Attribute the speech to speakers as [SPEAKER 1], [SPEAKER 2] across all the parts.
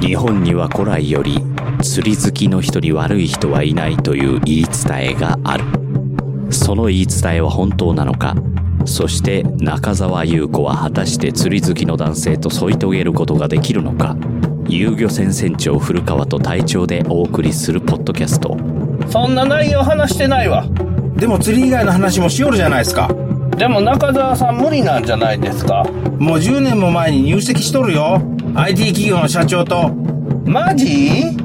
[SPEAKER 1] 日本には古来より釣り好きの人に悪い人はいないという言い伝えがあるその言い伝えは本当なのかそして中澤優子は果たして釣り好きの男性と添い遂げることができるのか遊漁船船長古川と隊長でお送りするポッドキャスト
[SPEAKER 2] そんな内容話してないわ
[SPEAKER 3] でも釣り以外の話もしよるじゃないですか
[SPEAKER 2] でも中澤さん無理なんじゃないですか
[SPEAKER 3] もう10年も前に入籍しとるよ IT 企業の社長と
[SPEAKER 2] マジ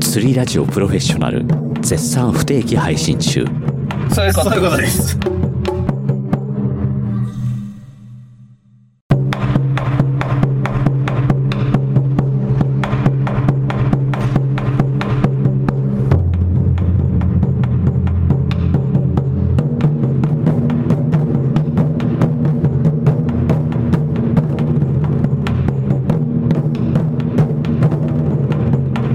[SPEAKER 1] 釣りラジオプロフェッショナル絶賛不定期配信中
[SPEAKER 2] そういうこ
[SPEAKER 3] そういうことです
[SPEAKER 2] と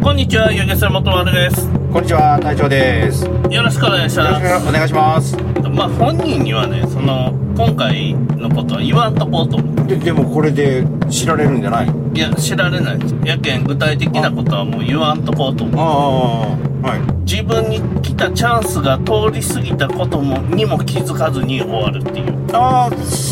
[SPEAKER 2] こんにちは湯気さ元丸です
[SPEAKER 3] こんにちは隊長ですよ
[SPEAKER 2] よろしくお願いし
[SPEAKER 3] ろ
[SPEAKER 2] ま
[SPEAKER 3] しくお願いします
[SPEAKER 2] すまあ本人にはねその今回のことは言わんとこうと思
[SPEAKER 3] ででもこれで知られるんじゃないう
[SPEAKER 2] いや知られないですやけん具体的なことはもう言わんとこうと思う
[SPEAKER 3] ああは
[SPEAKER 2] 自分に来たチャンスが通り過ぎたこともにも気づかずに終わるっていう
[SPEAKER 3] いああ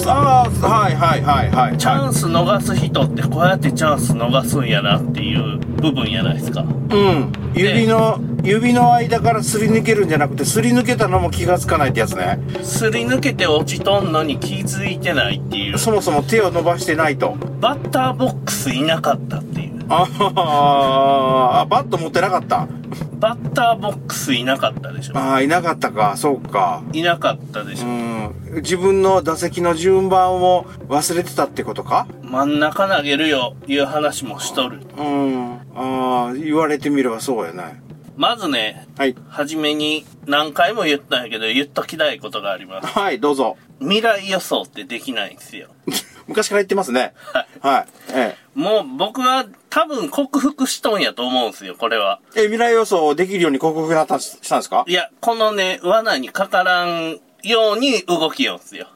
[SPEAKER 3] ああはいはいはいはい
[SPEAKER 2] チャンス逃す人ってこうやってチャンス逃すんやなっていう部分やないですか
[SPEAKER 3] うん指の指の間からすり抜けるんじゃなくてすり抜けたのも気がつかないってやつね
[SPEAKER 2] すり抜けて落ちとんのに気づいてないっていう
[SPEAKER 3] そもそも手を伸ばしてないと
[SPEAKER 2] バッターボックスいなかったっていう
[SPEAKER 3] あああバット持ってなかった
[SPEAKER 2] バッターボックスいなかったでしょ
[SPEAKER 3] ああいなかったかそうか
[SPEAKER 2] いなかったでし
[SPEAKER 3] う
[SPEAKER 2] ょ
[SPEAKER 3] ん自分の打席の順番を忘れてたってことか
[SPEAKER 2] 真ん中投げるよいう話もしとる
[SPEAKER 3] うんああ言われてみればそうやね
[SPEAKER 2] まずね
[SPEAKER 3] はい
[SPEAKER 2] 初めに何回も言ったんやけど言っときたいことがあります
[SPEAKER 3] はいどうぞ
[SPEAKER 2] 未来予想ってできないんですよ
[SPEAKER 3] 昔から言ってますねはいえ
[SPEAKER 2] もう僕は多分克服しとんやと思うんですよこれは
[SPEAKER 3] ええ未来予想できるように広告になったしたんですか
[SPEAKER 2] いやこのね罠にかからんように動きよんすよ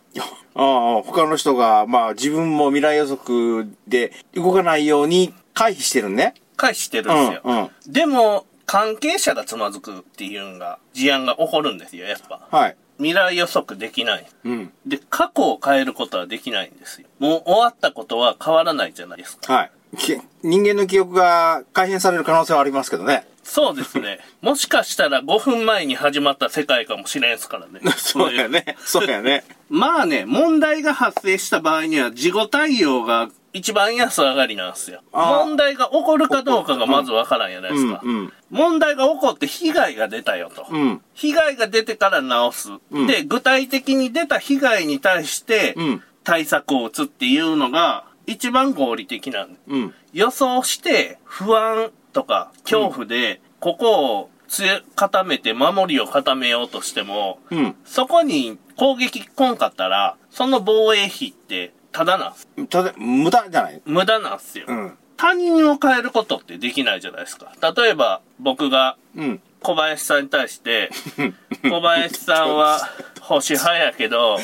[SPEAKER 3] ああ、他の人が、まあ自分も未来予測で動かないように回避してるね。
[SPEAKER 2] 返してるんですよ、
[SPEAKER 3] うんうん
[SPEAKER 2] でも関係者がつまずくっていうのが事案が起こるんですよやっぱ
[SPEAKER 3] はい。
[SPEAKER 2] 未来予測できない
[SPEAKER 3] うん。
[SPEAKER 2] で過去を変えることはできないんですよもう終わったことは変わらないじゃないですか
[SPEAKER 3] はい。き人間の記憶が改変される可能性はありますけどね。
[SPEAKER 2] そうですねもしかしたら5分前に始まった世界かもしれんすからね
[SPEAKER 3] そうやね。そうやね。
[SPEAKER 2] まあね、問題が発生した場合には、事後対応が一番安上がりなんですよ。
[SPEAKER 3] あー
[SPEAKER 2] 問題が起こるかどうかがまずわからんやないですか。
[SPEAKER 3] うんうん
[SPEAKER 2] 問題が起こって被害が出たよと。
[SPEAKER 3] ん
[SPEAKER 2] 被害が出てから直す、
[SPEAKER 3] うん
[SPEAKER 2] で、具体的に出た被害に対して
[SPEAKER 3] うん、
[SPEAKER 2] 対策を打つっていうのが、一番合理的なんです
[SPEAKER 3] うん。
[SPEAKER 2] 予想して不安とか恐怖でここを強固めて守りを固めようとしても、
[SPEAKER 3] うん
[SPEAKER 2] そこに攻撃来んかったらその防衛費ってただなんす
[SPEAKER 3] ただ、無駄じゃない
[SPEAKER 2] 無駄なんすよ、
[SPEAKER 3] うん。
[SPEAKER 2] 他人を変えることってできないじゃないですか例えば僕が
[SPEAKER 3] うん。
[SPEAKER 2] 小林さんに対して 小林さんは保守派やけど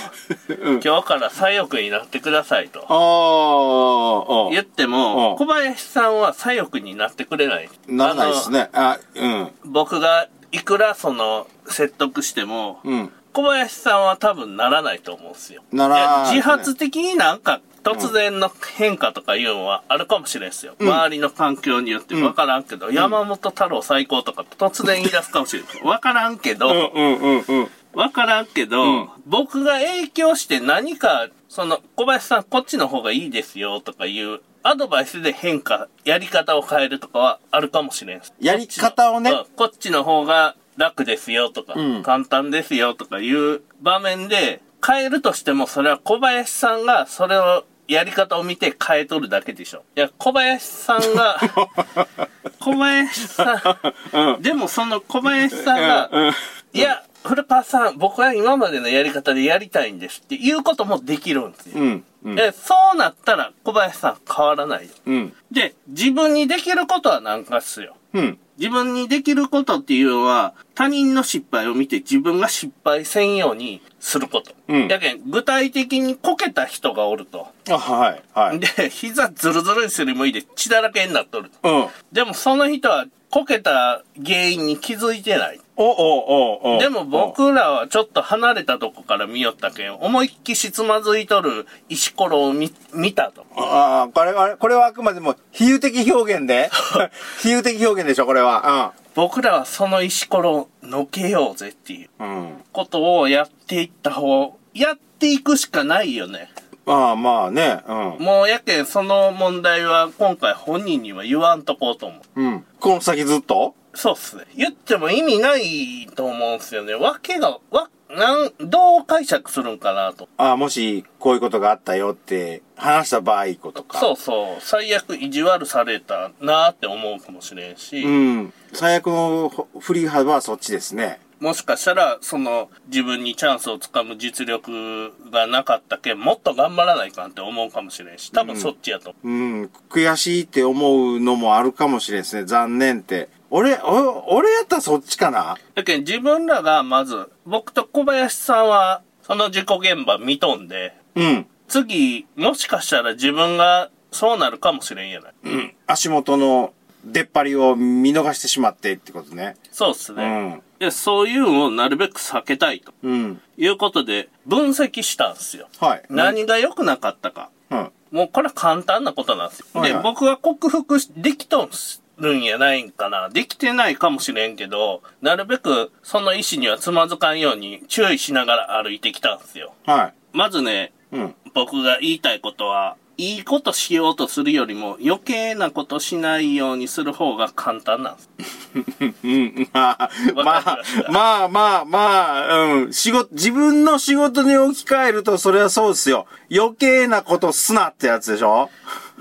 [SPEAKER 3] うん。
[SPEAKER 2] 今日から左翼になってくださいと
[SPEAKER 3] ああ、あ
[SPEAKER 2] 言って
[SPEAKER 3] う
[SPEAKER 2] も
[SPEAKER 3] ん
[SPEAKER 2] 小林さんは左翼になってくれない
[SPEAKER 3] ならないですね。あ、うん。
[SPEAKER 2] 僕がいくらその説得しても、
[SPEAKER 3] うん。
[SPEAKER 2] 小林さんは多分ならないと思うんですよ。
[SPEAKER 3] なら
[SPEAKER 2] いや自発的になんか突然の変化とかいうのはあるかもしれんですよ。周りの環境によって分からんけど、山本太郎最高とか突然言い出すかもしれん。分からんけど、
[SPEAKER 3] うんうんうんうん。
[SPEAKER 2] わからんけど、
[SPEAKER 3] うん
[SPEAKER 2] 僕が影響して何か、その、小林さんこっちの方がいいですよとかいうアドバイスで変化、やり方を変えるとかはあるかもしれん。
[SPEAKER 3] やり方をね
[SPEAKER 2] こっちのうんこっちの方が楽ですよとか、
[SPEAKER 3] うん
[SPEAKER 2] 簡単ですよとかいう場面で変えるとしてもそれは小林さんがそれをやり方を見て変えとるだけでしょ。いや、小林さん が、小林さん、でもその小林さんが、いや、古川さん、僕は今までのやり方でやりたいんですっていうこともできるんですよ。
[SPEAKER 3] うん。うん。
[SPEAKER 2] で、そうなったら小林さん変わらないよ。
[SPEAKER 3] うん。
[SPEAKER 2] で、自分にできることは何かっすよ。
[SPEAKER 3] うん。
[SPEAKER 2] 自分にできることっていうのは、他人の失敗を見て自分が失敗せんようにすること。
[SPEAKER 3] うん
[SPEAKER 2] やけん、具体的にこけた人がおると。
[SPEAKER 3] あ、はい。はい。
[SPEAKER 2] で、膝ズルズルにすりむいて血だらけになっとる。
[SPEAKER 3] うん。
[SPEAKER 2] でもその人はこけた原因に気づいてない。
[SPEAKER 3] おおおお
[SPEAKER 2] でも僕らはちょっと離れたとこから見よったけん、思いっきしつまずいとる石ころを見見たと。
[SPEAKER 3] ああ、これは、これはあくまでも、比喩的表現で比喩的表現でしょ、これは。
[SPEAKER 2] 僕らはその石ころをのけようぜっていう
[SPEAKER 3] うん。うん。
[SPEAKER 2] ことをやっていった方、やっていくしかないよね。
[SPEAKER 3] まあまあね、うん。
[SPEAKER 2] もうやけんその問題は今回本人には言わんとこうと思う。
[SPEAKER 3] うん。この先ずっと
[SPEAKER 2] そうっすね。言っても意味ないと思うんすよね。わけが、わ、なん、どう解釈するんかなと。
[SPEAKER 3] ああ、もし、こういうことがあったよって、話した場合いいことか。
[SPEAKER 2] そうそう。最悪意地悪されたなって思うかもしれんし、
[SPEAKER 3] うん。最悪のほ振り幅はそっちですね。
[SPEAKER 2] もしかしたら、その、自分にチャンスをつかむ実力がなかったけん、もっと頑張らないかんって思うかもしれんし、多分そっちやと思う。
[SPEAKER 3] うん。悔しいって思うのもあるかもしれんですね。残念って。俺、お俺やったらそっちかな
[SPEAKER 2] だけど自分らがまず、僕と小林さんは、その事故現場見とんで、
[SPEAKER 3] うん。
[SPEAKER 2] 次、もしかしたら自分がそうなるかもしれんやない。
[SPEAKER 3] うん。足元の出っ張りを見逃してしまってってことね。
[SPEAKER 2] そうっすね。
[SPEAKER 3] うん。
[SPEAKER 2] で、そういうのをなるべく避けたいと
[SPEAKER 3] うん。
[SPEAKER 2] いうことで、分析したんですよ。
[SPEAKER 3] はい。
[SPEAKER 2] 何が良くなかったか。
[SPEAKER 3] うん。
[SPEAKER 2] もうこれは簡単なことなんですよ。
[SPEAKER 3] はい
[SPEAKER 2] で
[SPEAKER 3] は、い
[SPEAKER 2] 僕が克服しできとんするんやないんかな。できてないかもしれんけど、なるべくその意思にはつまずかんように注意しながら歩いてきたんですよ。
[SPEAKER 3] はい。
[SPEAKER 2] まずね、
[SPEAKER 3] うん。
[SPEAKER 2] 僕が言いたいことは、いいことしようとするよりも余計なことしないようにする方が簡単なんです。
[SPEAKER 3] うん。 まあ、ま
[SPEAKER 2] わか
[SPEAKER 3] あ
[SPEAKER 2] りまし、た
[SPEAKER 3] まあ、まあ、まあ、うん。仕事、自分の仕事に置き換えると、それはそうですよ。余計なことすなってやつでしょ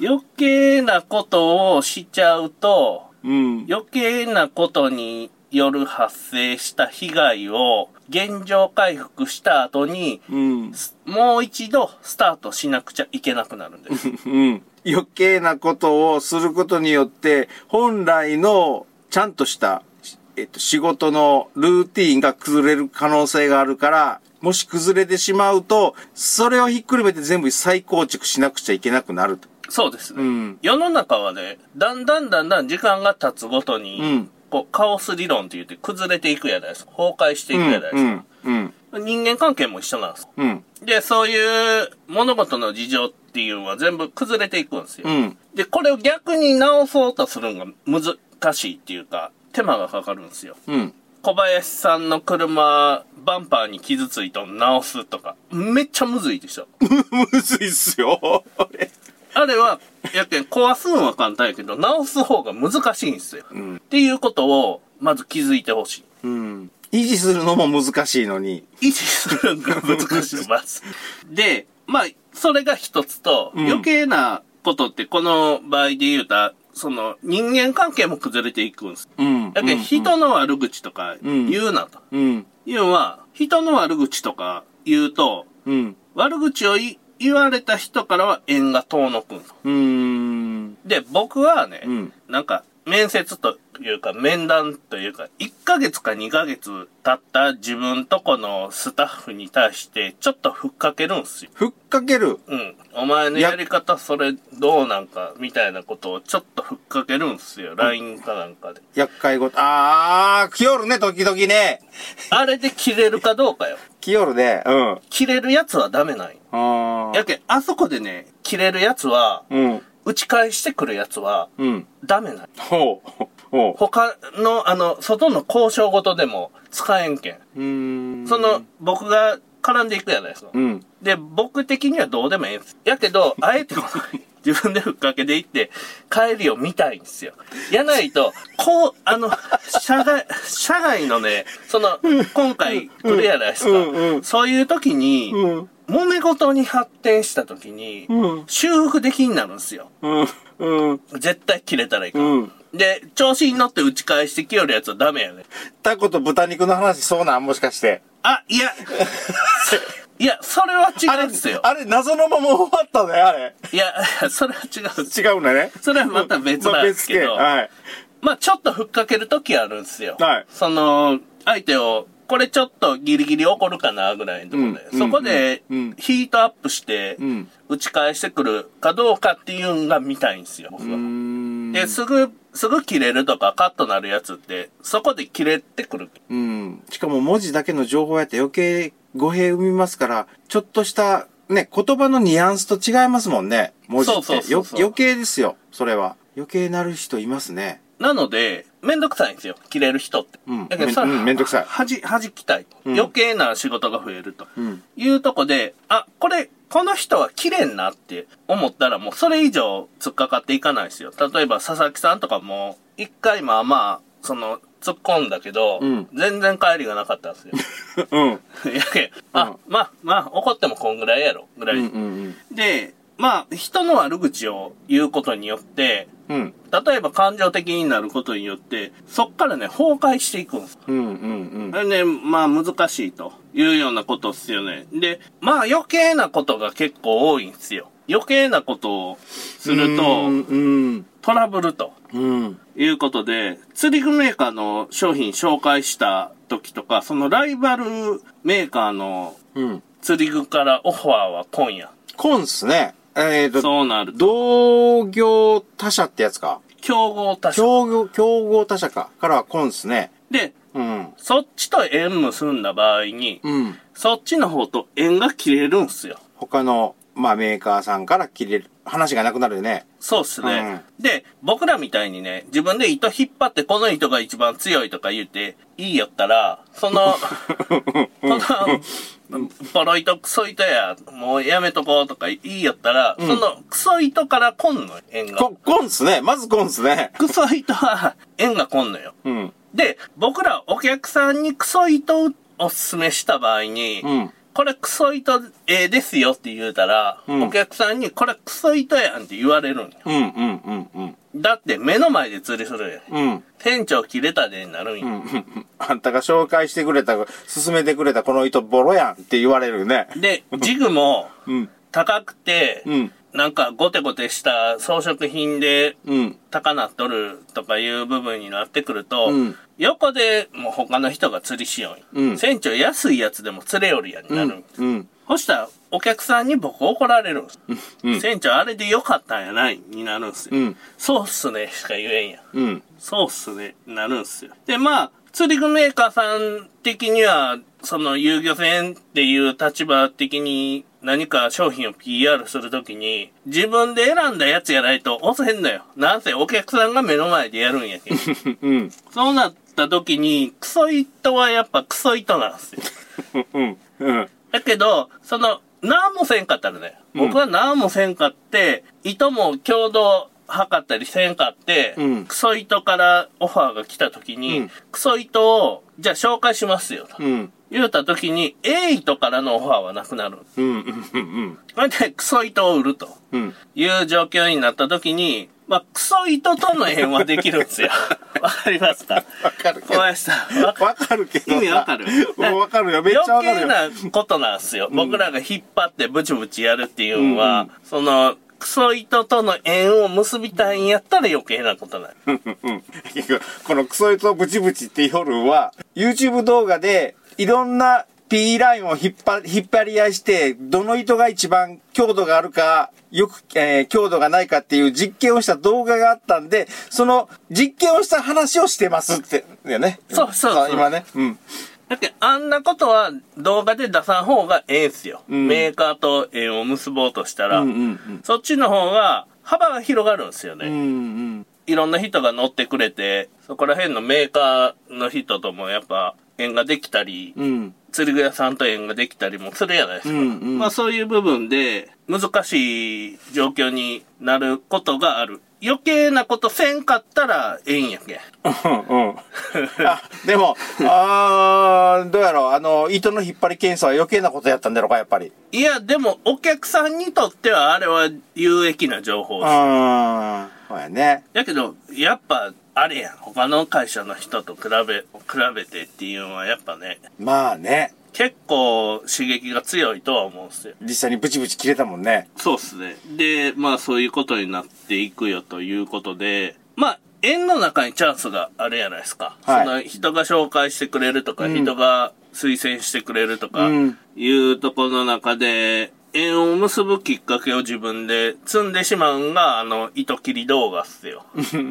[SPEAKER 2] 余計なことをしちゃうと、
[SPEAKER 3] うん。
[SPEAKER 2] 余計なことによる発生した被害を現状回復した後に、
[SPEAKER 3] うん。
[SPEAKER 2] もう一度スタートしなくちゃいけなくなるんです。
[SPEAKER 3] うん。余計なことをすることによって、本来のちゃんとした、しえっと、仕事のルーティーンが崩れる可能性があるから、もし崩れてしまうと、それをひっくるめて全部再構築しなくちゃいけなくなると。
[SPEAKER 2] そうですね。
[SPEAKER 3] うん
[SPEAKER 2] 世の中はね、だんだんだんだん時間が経つごとに、
[SPEAKER 3] うん
[SPEAKER 2] こう、カオス理論って言って崩れていくやないですか。崩壊していく
[SPEAKER 3] う
[SPEAKER 2] や
[SPEAKER 3] ん
[SPEAKER 2] ないですか。
[SPEAKER 3] うん。うん。
[SPEAKER 2] 人間関係も一緒なんです。
[SPEAKER 3] うん。
[SPEAKER 2] で、そういう物事の事情っていうのは全部崩れていくんですよ。
[SPEAKER 3] うん。
[SPEAKER 2] で、これを逆に直そうとするのが難しいっていうか、手間がかかるんですよ。
[SPEAKER 3] うん。
[SPEAKER 2] 小林さんの車、バンパーに傷ついたの直すとか、めっちゃむずいでしょ。
[SPEAKER 3] むずいっすよ。俺
[SPEAKER 2] あれは、やけん、壊すのは簡単やけど、直す方が難しいんですよ。
[SPEAKER 3] ん
[SPEAKER 2] っていうことを、まず気づいてほし
[SPEAKER 3] うん。維持するのも難しいのに。
[SPEAKER 2] い。維持するのが難しいます。で、まあ、それが一つと、
[SPEAKER 3] ん
[SPEAKER 2] 余計なことって、この場合で言うた、その、人間関係も崩れていくんです。
[SPEAKER 3] うん
[SPEAKER 2] やけん、人の悪口とか言うなと。
[SPEAKER 3] うん。
[SPEAKER 2] いうのは、人の悪口とか言うと、
[SPEAKER 3] うん。
[SPEAKER 2] 悪口をい言われた人からは縁が遠のくん。
[SPEAKER 3] うん。
[SPEAKER 2] で、僕はね、
[SPEAKER 3] うん
[SPEAKER 2] なんか、面接というか、面談というか、1ヶ月か2ヶ月経った自分とこのスタッフに対して、ちょっとふっかけるんすよ。
[SPEAKER 3] ふっかける。
[SPEAKER 2] うん。お前のやり方、それ、どうなんか、みたいなことをちょっとふっかけるんすよ。LINE かなんかで。
[SPEAKER 3] 厄介ごと。あー、来よるね、時々ね。
[SPEAKER 2] あれで切れるかどうかよ。
[SPEAKER 3] 来よるね。うん。
[SPEAKER 2] 切れるやつはダメなんよ
[SPEAKER 3] あ
[SPEAKER 2] やけん、あそこでね、切れるやつは、
[SPEAKER 3] うん。
[SPEAKER 2] 打ち返してくるやつは、
[SPEAKER 3] うん。
[SPEAKER 2] ダメない。
[SPEAKER 3] ほう。ほ
[SPEAKER 2] 他の、あの、外の交渉事でも使えんけん。
[SPEAKER 3] う。うん。
[SPEAKER 2] その、僕が絡んでいくやないですか。
[SPEAKER 3] うん。
[SPEAKER 2] で、僕的にはどうでもええんです。やけど、あえてこの、 自分でふっかけで行って、帰りを見たいんですよ。やないと、こう、あの、社外、社外のね、その、今回来るやないですか。
[SPEAKER 3] うんうん
[SPEAKER 2] そういう時に、
[SPEAKER 3] うん。
[SPEAKER 2] 揉め事に発展した時に、
[SPEAKER 3] うん
[SPEAKER 2] 修復できになるんですよ。
[SPEAKER 3] うん。うん。
[SPEAKER 2] 絶対切れたらいかん。
[SPEAKER 3] うん
[SPEAKER 2] で、調子に乗って打ち返してきよるやつはダメやね。
[SPEAKER 3] タコと豚肉の話そうなんもしかして。
[SPEAKER 2] あ、 いや、いや、それは違うんですよ。
[SPEAKER 3] あれ、謎のまま終わったね、あれ。
[SPEAKER 2] いや、 それは違うんです。
[SPEAKER 3] 違うんだね。
[SPEAKER 2] それはまた別なんですけど、
[SPEAKER 3] まあ別
[SPEAKER 2] まあちょっとふっかける時あるんですよ。
[SPEAKER 3] はい
[SPEAKER 2] その、相手を、これちょっとギリギリ怒るかな、ぐらいのところで、
[SPEAKER 3] うん
[SPEAKER 2] そこで
[SPEAKER 3] うんうん、
[SPEAKER 2] ヒートアップして
[SPEAKER 3] ん、
[SPEAKER 2] 打ち返してくるかどうかっていうのが見たいんですよ、僕は。
[SPEAKER 3] け
[SPEAKER 2] で、すぐ、すぐ切れるとかカットなるやつって、そこで切れてくる。
[SPEAKER 3] ど。うん。しかも文字だけの情報やって余計語弊生みますから、ちょっとした、ね、言葉のニュアンスと違いますもんね。文字って。
[SPEAKER 2] そうそうそうそう
[SPEAKER 3] よ余計ですよ、それは。余計なる人いますね。
[SPEAKER 2] なので、めんどくさいんですよ、切れる人って。
[SPEAKER 3] うん
[SPEAKER 2] だけどそれ
[SPEAKER 3] めんうんめんどくさい
[SPEAKER 2] はじ、はじきたい。
[SPEAKER 3] ん
[SPEAKER 2] 余計な仕事が増えると。
[SPEAKER 3] ん
[SPEAKER 2] いうとこで、あ、これ、この人は切れんなって思ったらもうそれ以上突っかかっていかないですよ。例えば佐々木さんとかも、一回まあまあ、その、突っ込んだけど、
[SPEAKER 3] うん
[SPEAKER 2] 全然帰りがなかったん ですよ。
[SPEAKER 3] うん。
[SPEAKER 2] いやけあ、まあまあ、怒ってもこんぐらいやろ、ぐら
[SPEAKER 3] う
[SPEAKER 2] い。
[SPEAKER 3] んうん
[SPEAKER 2] で、まあ、人の悪口を言うことによって、
[SPEAKER 3] うん。うん。
[SPEAKER 2] 例えば感情的になることによって、そっからね、崩壊していくんです。
[SPEAKER 3] うんうん
[SPEAKER 2] でね、まあ難しいというようなことっすよね。で、まあ余計なことが結構多いんですよ。余計なことをする
[SPEAKER 3] う
[SPEAKER 2] と
[SPEAKER 3] ん、うん。
[SPEAKER 2] トラブルと
[SPEAKER 3] うん。
[SPEAKER 2] いうことで、釣り具メーカーの商品紹介した時とか、そのライバルメーカーの
[SPEAKER 3] うん。
[SPEAKER 2] 釣り具からオファーは今夜。
[SPEAKER 3] コンっすね。えっ、と、
[SPEAKER 2] そうなると。
[SPEAKER 3] 同業他社ってやつか。
[SPEAKER 2] 競合他社。
[SPEAKER 3] 競合、競合他社か。からはコンっすね。
[SPEAKER 2] で、
[SPEAKER 3] うん。
[SPEAKER 2] そっちと縁結んだ場合に、
[SPEAKER 3] うん。
[SPEAKER 2] そっちの方と縁が切れるんすよ。
[SPEAKER 3] 他の、まあメーカーさんから切れる。話がなくなるよね。
[SPEAKER 2] そうっすね、で、僕らみたいにね、自分で糸引っ張ってこの糸が一番強いとか言って、いいよったら、そ の、この、ボロ糸、クソ糸や、もうやめとこうとかいいよったら、そのクソ糸からこんのよ、縁が
[SPEAKER 3] こ、。コンっすね。まずコンっすね。
[SPEAKER 2] クソ糸は縁がこんのよ。
[SPEAKER 3] うん。
[SPEAKER 2] で、僕らお客さんにクソ糸をおすすめした場合に、
[SPEAKER 3] うん。
[SPEAKER 2] これクソ糸ええですよって言うたら、
[SPEAKER 3] うん
[SPEAKER 2] お客さんにこれクソ糸やんって言われるんよ。
[SPEAKER 3] うん、うん、うん、うん。
[SPEAKER 2] だって目の前で釣りするんや。
[SPEAKER 3] うん。
[SPEAKER 2] 店長切れたでになるんや。
[SPEAKER 3] うんうん あんたが紹介してくれた、勧めてくれたこの糸ボロやんって言われるね。
[SPEAKER 2] で、ジグも
[SPEAKER 3] うん。
[SPEAKER 2] 高くて、
[SPEAKER 3] うん。
[SPEAKER 2] なんかゴテゴテした装飾品で
[SPEAKER 3] うん。
[SPEAKER 2] 高なっとるとかいう部分になってくると、
[SPEAKER 3] うん
[SPEAKER 2] 横でもう他の人が釣りしよう
[SPEAKER 3] うん
[SPEAKER 2] や。
[SPEAKER 3] ん
[SPEAKER 2] 船長安いやつでも釣れよりやにな
[SPEAKER 3] う
[SPEAKER 2] るん
[SPEAKER 3] ん
[SPEAKER 2] や。。
[SPEAKER 3] うん。
[SPEAKER 2] そしたらお客さんに僕怒られるんです。
[SPEAKER 3] うん
[SPEAKER 2] 船長あれでよかったんやないになるんすよ。
[SPEAKER 3] うん
[SPEAKER 2] そうっすねしか言えんや。
[SPEAKER 3] うん。
[SPEAKER 2] そうっすね、なるんすよ。で、まあ、釣り具メーカーさん的には、その遊漁船っていう立場的に何か商品を PR するときに、自分で選んだやつやないと押せんのよ。なんせお客さんが目の前でやるんや けど。
[SPEAKER 3] うん。
[SPEAKER 2] そうなったときに、クソ糸はやっぱクソ糸なんすよ。
[SPEAKER 3] うん。うん。
[SPEAKER 2] だけど、その、何もせんかったらね、僕は何もせんかって、糸も共同測ったりせんかって、
[SPEAKER 3] うん
[SPEAKER 2] クソ糸からオファーが来た時に、
[SPEAKER 3] うん
[SPEAKER 2] クソ糸を、じゃあ紹介しますよと。
[SPEAKER 3] うん。
[SPEAKER 2] 言うた時に、A 糸からのオファーはなくなる。
[SPEAKER 3] うん。うん。うん。
[SPEAKER 2] それで、クソ糸を売ると
[SPEAKER 3] うん。
[SPEAKER 2] いう状況になった時に、まあ、クソ糸との縁はできるん ですよ。わかりますか
[SPEAKER 3] わかるけ
[SPEAKER 2] 小
[SPEAKER 3] ど。
[SPEAKER 2] 林さん、わか
[SPEAKER 3] わかるけど
[SPEAKER 2] 意
[SPEAKER 3] さ。
[SPEAKER 2] 味わかる
[SPEAKER 3] もうわかるよ。めっちゃわ
[SPEAKER 2] 余
[SPEAKER 3] かる
[SPEAKER 2] 計
[SPEAKER 3] よ。
[SPEAKER 2] なことなんですよ。僕らが引っ張ってブチブチやるっていうのは、その、クソ糸との縁を結びたいんやったら余計なことない。
[SPEAKER 3] うん結局このクソ糸ブチブチって夜は、YouTube 動画でいろんな P ラインを引っ張引っ張り合いして、どの糸が一番強度があるか、よく、えー強度がないかっていう実験をした動画があったんで、その実験をした話をしてますって、だよね。
[SPEAKER 2] そうそうそう
[SPEAKER 3] あ今ね。うん。
[SPEAKER 2] だってあんなことは動画で出さん方がええんすよ。
[SPEAKER 3] ん
[SPEAKER 2] メーカーと縁を結ぼうとしたら、
[SPEAKER 3] うんうんうん
[SPEAKER 2] そっちの方が幅が広がるんですよね。
[SPEAKER 3] うんうん。
[SPEAKER 2] いろんな人が乗ってくれて、そこら辺のメーカーの人ともやっぱ縁ができたり、
[SPEAKER 3] うん。
[SPEAKER 2] 釣り具屋さんと縁ができたりもするやないですか。
[SPEAKER 3] うんうん
[SPEAKER 2] まあそういう部分で、難しい状況になることがある。余計なことせんかったらええんやけん。
[SPEAKER 3] うん うん。あ、でも、あーどうやろう、あの、糸の引っ張り検査は余計なことやったんだろうか、やっぱり。
[SPEAKER 2] いや、でもお客さんにとってはあれは有益な情報
[SPEAKER 3] う。ーん。そうやね。
[SPEAKER 2] だけど、やっぱ、あれやん。他の会社の人と比べ、比べてっていうのはやっぱね、
[SPEAKER 3] まあね。
[SPEAKER 2] 結構刺激が強いとは思うんですよ。
[SPEAKER 3] 実際にブチブチ切れたもんね。
[SPEAKER 2] そうっすね。で、まあそういうことになっていくよということで、まあ、縁の中にチャンスがあるじゃないですか。
[SPEAKER 3] はい
[SPEAKER 2] その人が紹介してくれるとか、
[SPEAKER 3] ん
[SPEAKER 2] 人が推薦してくれるとか
[SPEAKER 3] うん、
[SPEAKER 2] いうとこの中で、縁を結ぶきっかけを自分で積んでしまうんが、あの、糸切り動画っすよ。
[SPEAKER 3] うんうん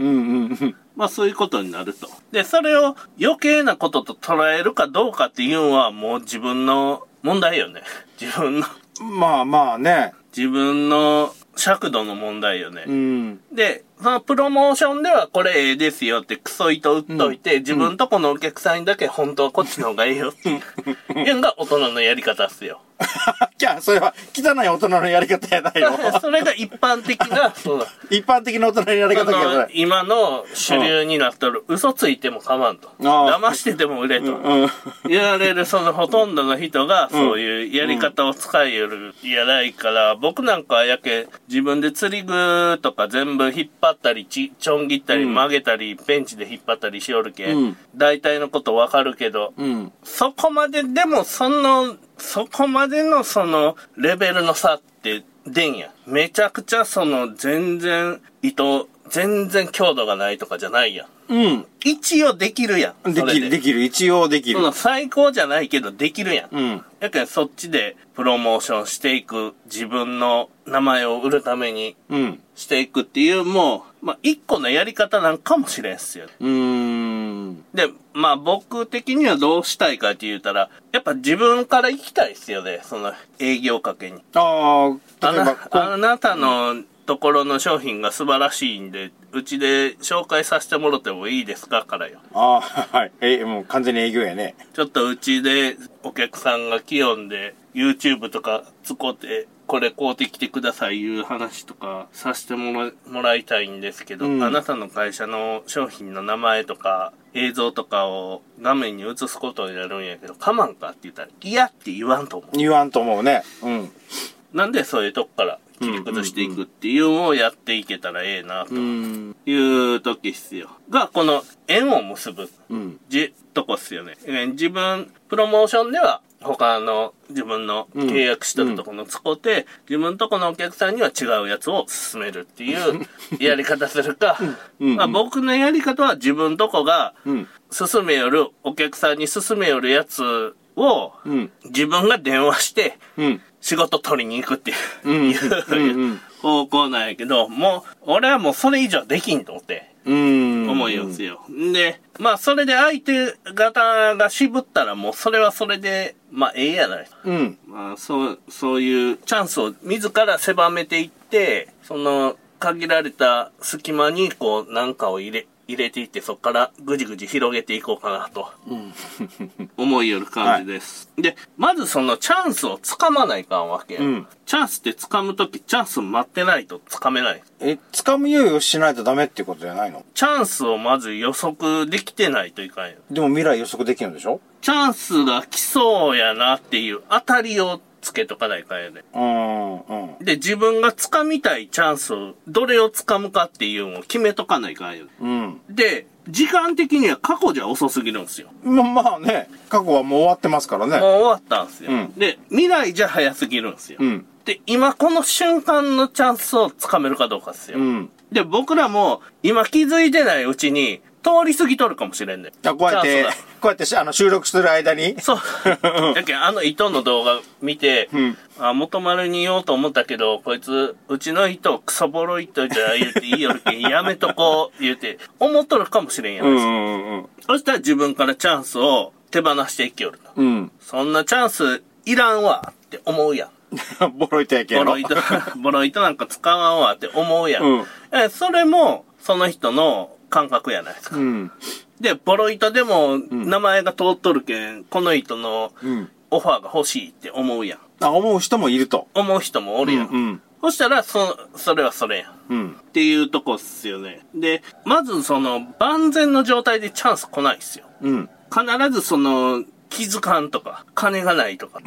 [SPEAKER 3] うん。
[SPEAKER 2] まあそういうことになると。で、それを余計なことと捉えるかどうかっていうのはもう自分の問題よね。自分の、
[SPEAKER 3] まあまあね。
[SPEAKER 2] 自分の尺度の問題よね。
[SPEAKER 3] うん。
[SPEAKER 2] で、そのプロモーションではこれええですよってクソ糸打っといて、自分とこのお客さんにだけ本当はこっちの方がええよっていうのが大人のやり方っすよ。
[SPEAKER 3] じゃあ、それは汚い大人のやり方やない よ。
[SPEAKER 2] それが一般的な、その
[SPEAKER 3] 一般的な大人のやり
[SPEAKER 2] あ
[SPEAKER 3] 方やな
[SPEAKER 2] の
[SPEAKER 3] い。
[SPEAKER 2] 今の主流になっとる、嘘ついてもかまんと。
[SPEAKER 3] ああ
[SPEAKER 2] 騙してても売れと。
[SPEAKER 3] うん。
[SPEAKER 2] 言われるそのほとんどの人がそういうやり方を使いよるやないから、僕なんかはやけん自分で釣り具とか全部引っ張ったりちちょん切ったり
[SPEAKER 3] うん
[SPEAKER 2] 曲げたり、ペンチで引っ張ったりしよるけ、
[SPEAKER 3] うん
[SPEAKER 2] ん、大体のことわかるけど、
[SPEAKER 3] うん。
[SPEAKER 2] そこまででもそのそこまでのそのレベルの差って出んやめちゃくちゃその全然糸全然強度がないとかじゃないやん
[SPEAKER 3] う
[SPEAKER 2] 一応できるやん
[SPEAKER 3] ん。で
[SPEAKER 2] それ
[SPEAKER 3] きる、できる。一応できる
[SPEAKER 2] そ。の最高じゃないけどできるやん
[SPEAKER 3] うん。
[SPEAKER 2] やけんそっちでプロモーションしていく自分の名前を売るために
[SPEAKER 3] うん。
[SPEAKER 2] していくっていうもう、まあ、一個のやり方なんかもしれんっすよね。
[SPEAKER 3] うーん。
[SPEAKER 2] で、まあ僕的にはどうしたいかって言ったら、やっぱ自分から行きたいっすよね。その営業かけに。
[SPEAKER 3] ああ、
[SPEAKER 2] あ
[SPEAKER 3] 例えば、こ
[SPEAKER 2] なあなたのところの商品が素晴らしいんで、うちで紹介させてもろてもいいですかからよ。
[SPEAKER 3] ああ、はい。え、もう完全に営業やね。
[SPEAKER 2] ちょっとうちでお客さんが来よんで、YouTube とか使って、これ買うてきてくださいいう話とかさせてもらもらいたいんですけど、
[SPEAKER 3] うん
[SPEAKER 2] あなたの会社の商品の名前とか映像とかを画面に映すことになるんやけど、かまんかって言ったら、いやって言わんと思
[SPEAKER 3] 言わんと思うね。うん。
[SPEAKER 2] う。なんでそういうとこから切り崩していくっていうのをやっていけたらええなと
[SPEAKER 3] うん。
[SPEAKER 2] いう時っすよ。が、この縁を結ぶ。
[SPEAKER 3] うん。
[SPEAKER 2] じ、とこっすよね。えー自分、プロモーションでは、他の自分の契約してるとこの使って、自分とこのお客さんには違うやつを勧めるっていう やり方するか、
[SPEAKER 3] うん
[SPEAKER 2] まあ、僕のやり方は自分とこが
[SPEAKER 3] うん。
[SPEAKER 2] 勧めよる、お客さんに勧めよるやつを、
[SPEAKER 3] うん。
[SPEAKER 2] 自分が電話して
[SPEAKER 3] うん。
[SPEAKER 2] 仕事取りに行くっていう
[SPEAKER 3] うん
[SPEAKER 2] いう
[SPEAKER 3] うんうん
[SPEAKER 2] 方向なんやけど、もう、俺はもうそれ以上できんと思って。
[SPEAKER 3] うん。
[SPEAKER 2] 思いよんすよ。で、まあそれで相手方が渋ったらもうそれはそれで、まあええやない。
[SPEAKER 3] うん。
[SPEAKER 2] まあそう、そういうチャンスを自ら狭めていって、その限られた隙間にこうなんかを入れ、入れていってそこからぐじぐじ広げていこうかなと
[SPEAKER 3] うん。
[SPEAKER 2] 思いよる感じです。で、まずそのチャンスをつかまないかんわけや、
[SPEAKER 3] うん
[SPEAKER 2] チャンスってつかむときチャンス待ってないとつかめない。
[SPEAKER 3] え、掴む用意をしないとダメっていうことじゃないの
[SPEAKER 2] チャンスをまず予測できてないといかんよ。
[SPEAKER 3] でも未来予測できるんでしょ
[SPEAKER 2] チャンスが来そうやなっていう当たりをつけとかないかんやね。
[SPEAKER 3] うん。うん。
[SPEAKER 2] で、自分が掴みたいチャンスを、どれを掴むかっていうのを決めとかないかんよね。
[SPEAKER 3] うん。
[SPEAKER 2] で、時間的には過去じゃ遅すぎるんですよ。
[SPEAKER 3] ま、まあね、過去はもう終わってますから
[SPEAKER 2] もう
[SPEAKER 3] ね。
[SPEAKER 2] 終わったんですよ。
[SPEAKER 3] うん
[SPEAKER 2] で、未来じゃ早すぎるんですよ。
[SPEAKER 3] うん。
[SPEAKER 2] で、今この瞬間のチャンスを掴めるかどうかですよ。
[SPEAKER 3] うん。
[SPEAKER 2] で、僕らも今気づいてないうちに通り過ぎとるかもしれんね。
[SPEAKER 3] あこうやっ
[SPEAKER 2] チャ
[SPEAKER 3] て
[SPEAKER 2] ンスが、
[SPEAKER 3] こうやってしあの収録してる間に。
[SPEAKER 2] そう。 だけど、あの糸の動画見て、
[SPEAKER 3] ん
[SPEAKER 2] あ、元丸に言おうと思ったけど、こいつ、うちの糸クソボロいとじゃ言うていいよるけん、やめとこう、言うて、思っとるかもしれんやん。
[SPEAKER 3] んうん
[SPEAKER 2] そしたら自分からチャンスを手放していきよるの。
[SPEAKER 3] うん。
[SPEAKER 2] そんなチャンスいらんわって思うやん。
[SPEAKER 3] うん。ボロいとやけ
[SPEAKER 2] ボ
[SPEAKER 3] んの
[SPEAKER 2] ロ。糸、 ボロ糸なんか使わんわって思うやん。
[SPEAKER 3] うん
[SPEAKER 2] えそれも、その人の感覚やないですか。
[SPEAKER 3] うん。
[SPEAKER 2] で、ボロ糸でも、名前が通っとるけん、この人の
[SPEAKER 3] うん。
[SPEAKER 2] オファーが欲しいって思うやん。
[SPEAKER 3] あ、思う人もいると。
[SPEAKER 2] 思う人もおるやん。
[SPEAKER 3] うん。
[SPEAKER 2] そしたら、そ、それはそれやん。っ
[SPEAKER 3] うん。
[SPEAKER 2] ていうとこっすよね。で、まずその、万全の状態でチャンス来ないっすよ。
[SPEAKER 3] うん。
[SPEAKER 2] 必ずその、気づかんとか、金がないとか、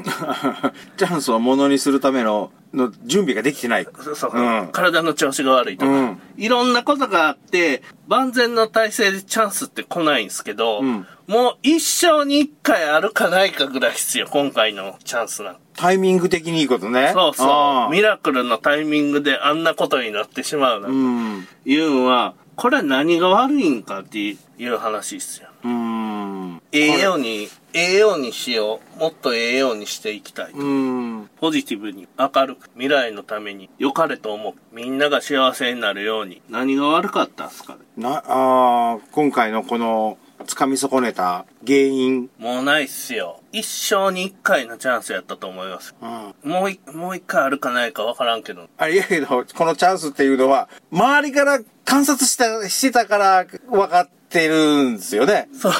[SPEAKER 3] チャンスをものにするための、の準備ができてない。
[SPEAKER 2] そうそう
[SPEAKER 3] うん
[SPEAKER 2] 体の調子が悪いとか、
[SPEAKER 3] うん
[SPEAKER 2] いろんなことがあって、万全の体制でチャンスって来ないんですけど、
[SPEAKER 3] ん
[SPEAKER 2] もう一生に一回あるかないかぐらいっすよ、今回のチャンスなんて
[SPEAKER 3] タイミング的にいいことね。
[SPEAKER 2] そうそ
[SPEAKER 3] あ
[SPEAKER 2] う。
[SPEAKER 3] ー
[SPEAKER 2] ミラクルのタイミングであんなことになってしまうな、
[SPEAKER 3] う
[SPEAKER 2] い
[SPEAKER 3] ん。
[SPEAKER 2] うんは、これは何が悪いんかっていう話っすよ。
[SPEAKER 3] うん。
[SPEAKER 2] ええように、ええようにしよう。もっとええようにしていきたい。
[SPEAKER 3] うん。
[SPEAKER 2] ポジティブに、明るく、未来のために、良かれと思う。みんなが幸せになるように。何が悪かったんすかね
[SPEAKER 3] な、あー今回のこの、つかみ損ねた原因。
[SPEAKER 2] もうないっすよ。一生に一回のチャンスやったと思います。
[SPEAKER 3] うん。
[SPEAKER 2] もうい、もう一回あるかないかわからんけど。
[SPEAKER 3] あれやけど、このチャンスっていうのは、周りから観察した、してたから分かってるんですよね。
[SPEAKER 2] そう。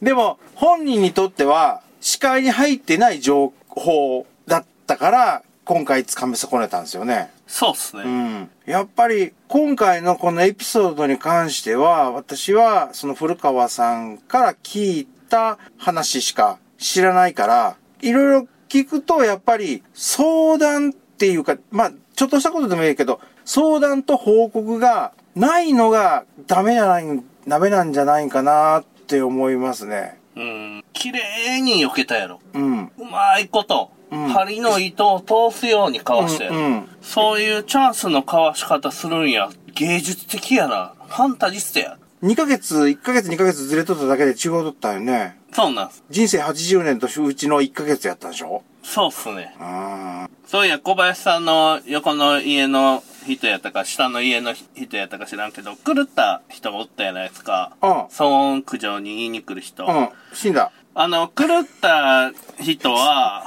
[SPEAKER 3] でも、本人にとっては、視界に入ってない情報だったから、今回つかみ損ねたんですよね。
[SPEAKER 2] そうっす
[SPEAKER 3] う
[SPEAKER 2] ね。
[SPEAKER 3] ん。やっぱり、今回のこのエピソードに関しては、私は、その古川さんから聞いた話しか知らないから、いろいろ聞くと、やっぱり、相談っていうか、まあ、ちょっとしたことでもいいけど、相談と報告がないのがダメじゃない、ダメなんじゃないかなって思いますね。
[SPEAKER 2] うん。綺麗に避けたやろ。
[SPEAKER 3] うん。
[SPEAKER 2] うまいこと、
[SPEAKER 3] うん
[SPEAKER 2] 針の糸を通すようにかわしたやろ。
[SPEAKER 3] うんうん
[SPEAKER 2] そういうチャンスのかわし方するんや。芸術的やな。ファンタジストや。
[SPEAKER 3] 2ヶ月、1ヶ月、2ヶ月ずれとっただけで違うとったよね。
[SPEAKER 2] そうなんす。
[SPEAKER 3] 人生80年とうちの1ヶ月やったでしょ
[SPEAKER 2] そうっすね。
[SPEAKER 3] あ
[SPEAKER 2] そういや、小林さんの横の家の人やったか、下の家の人やったか知らんけど、狂った人もおったやないですか。
[SPEAKER 3] あ。
[SPEAKER 2] 騒音苦情に言いに来る人。
[SPEAKER 3] うん。うん。死んだ。
[SPEAKER 2] あの、狂った人 は、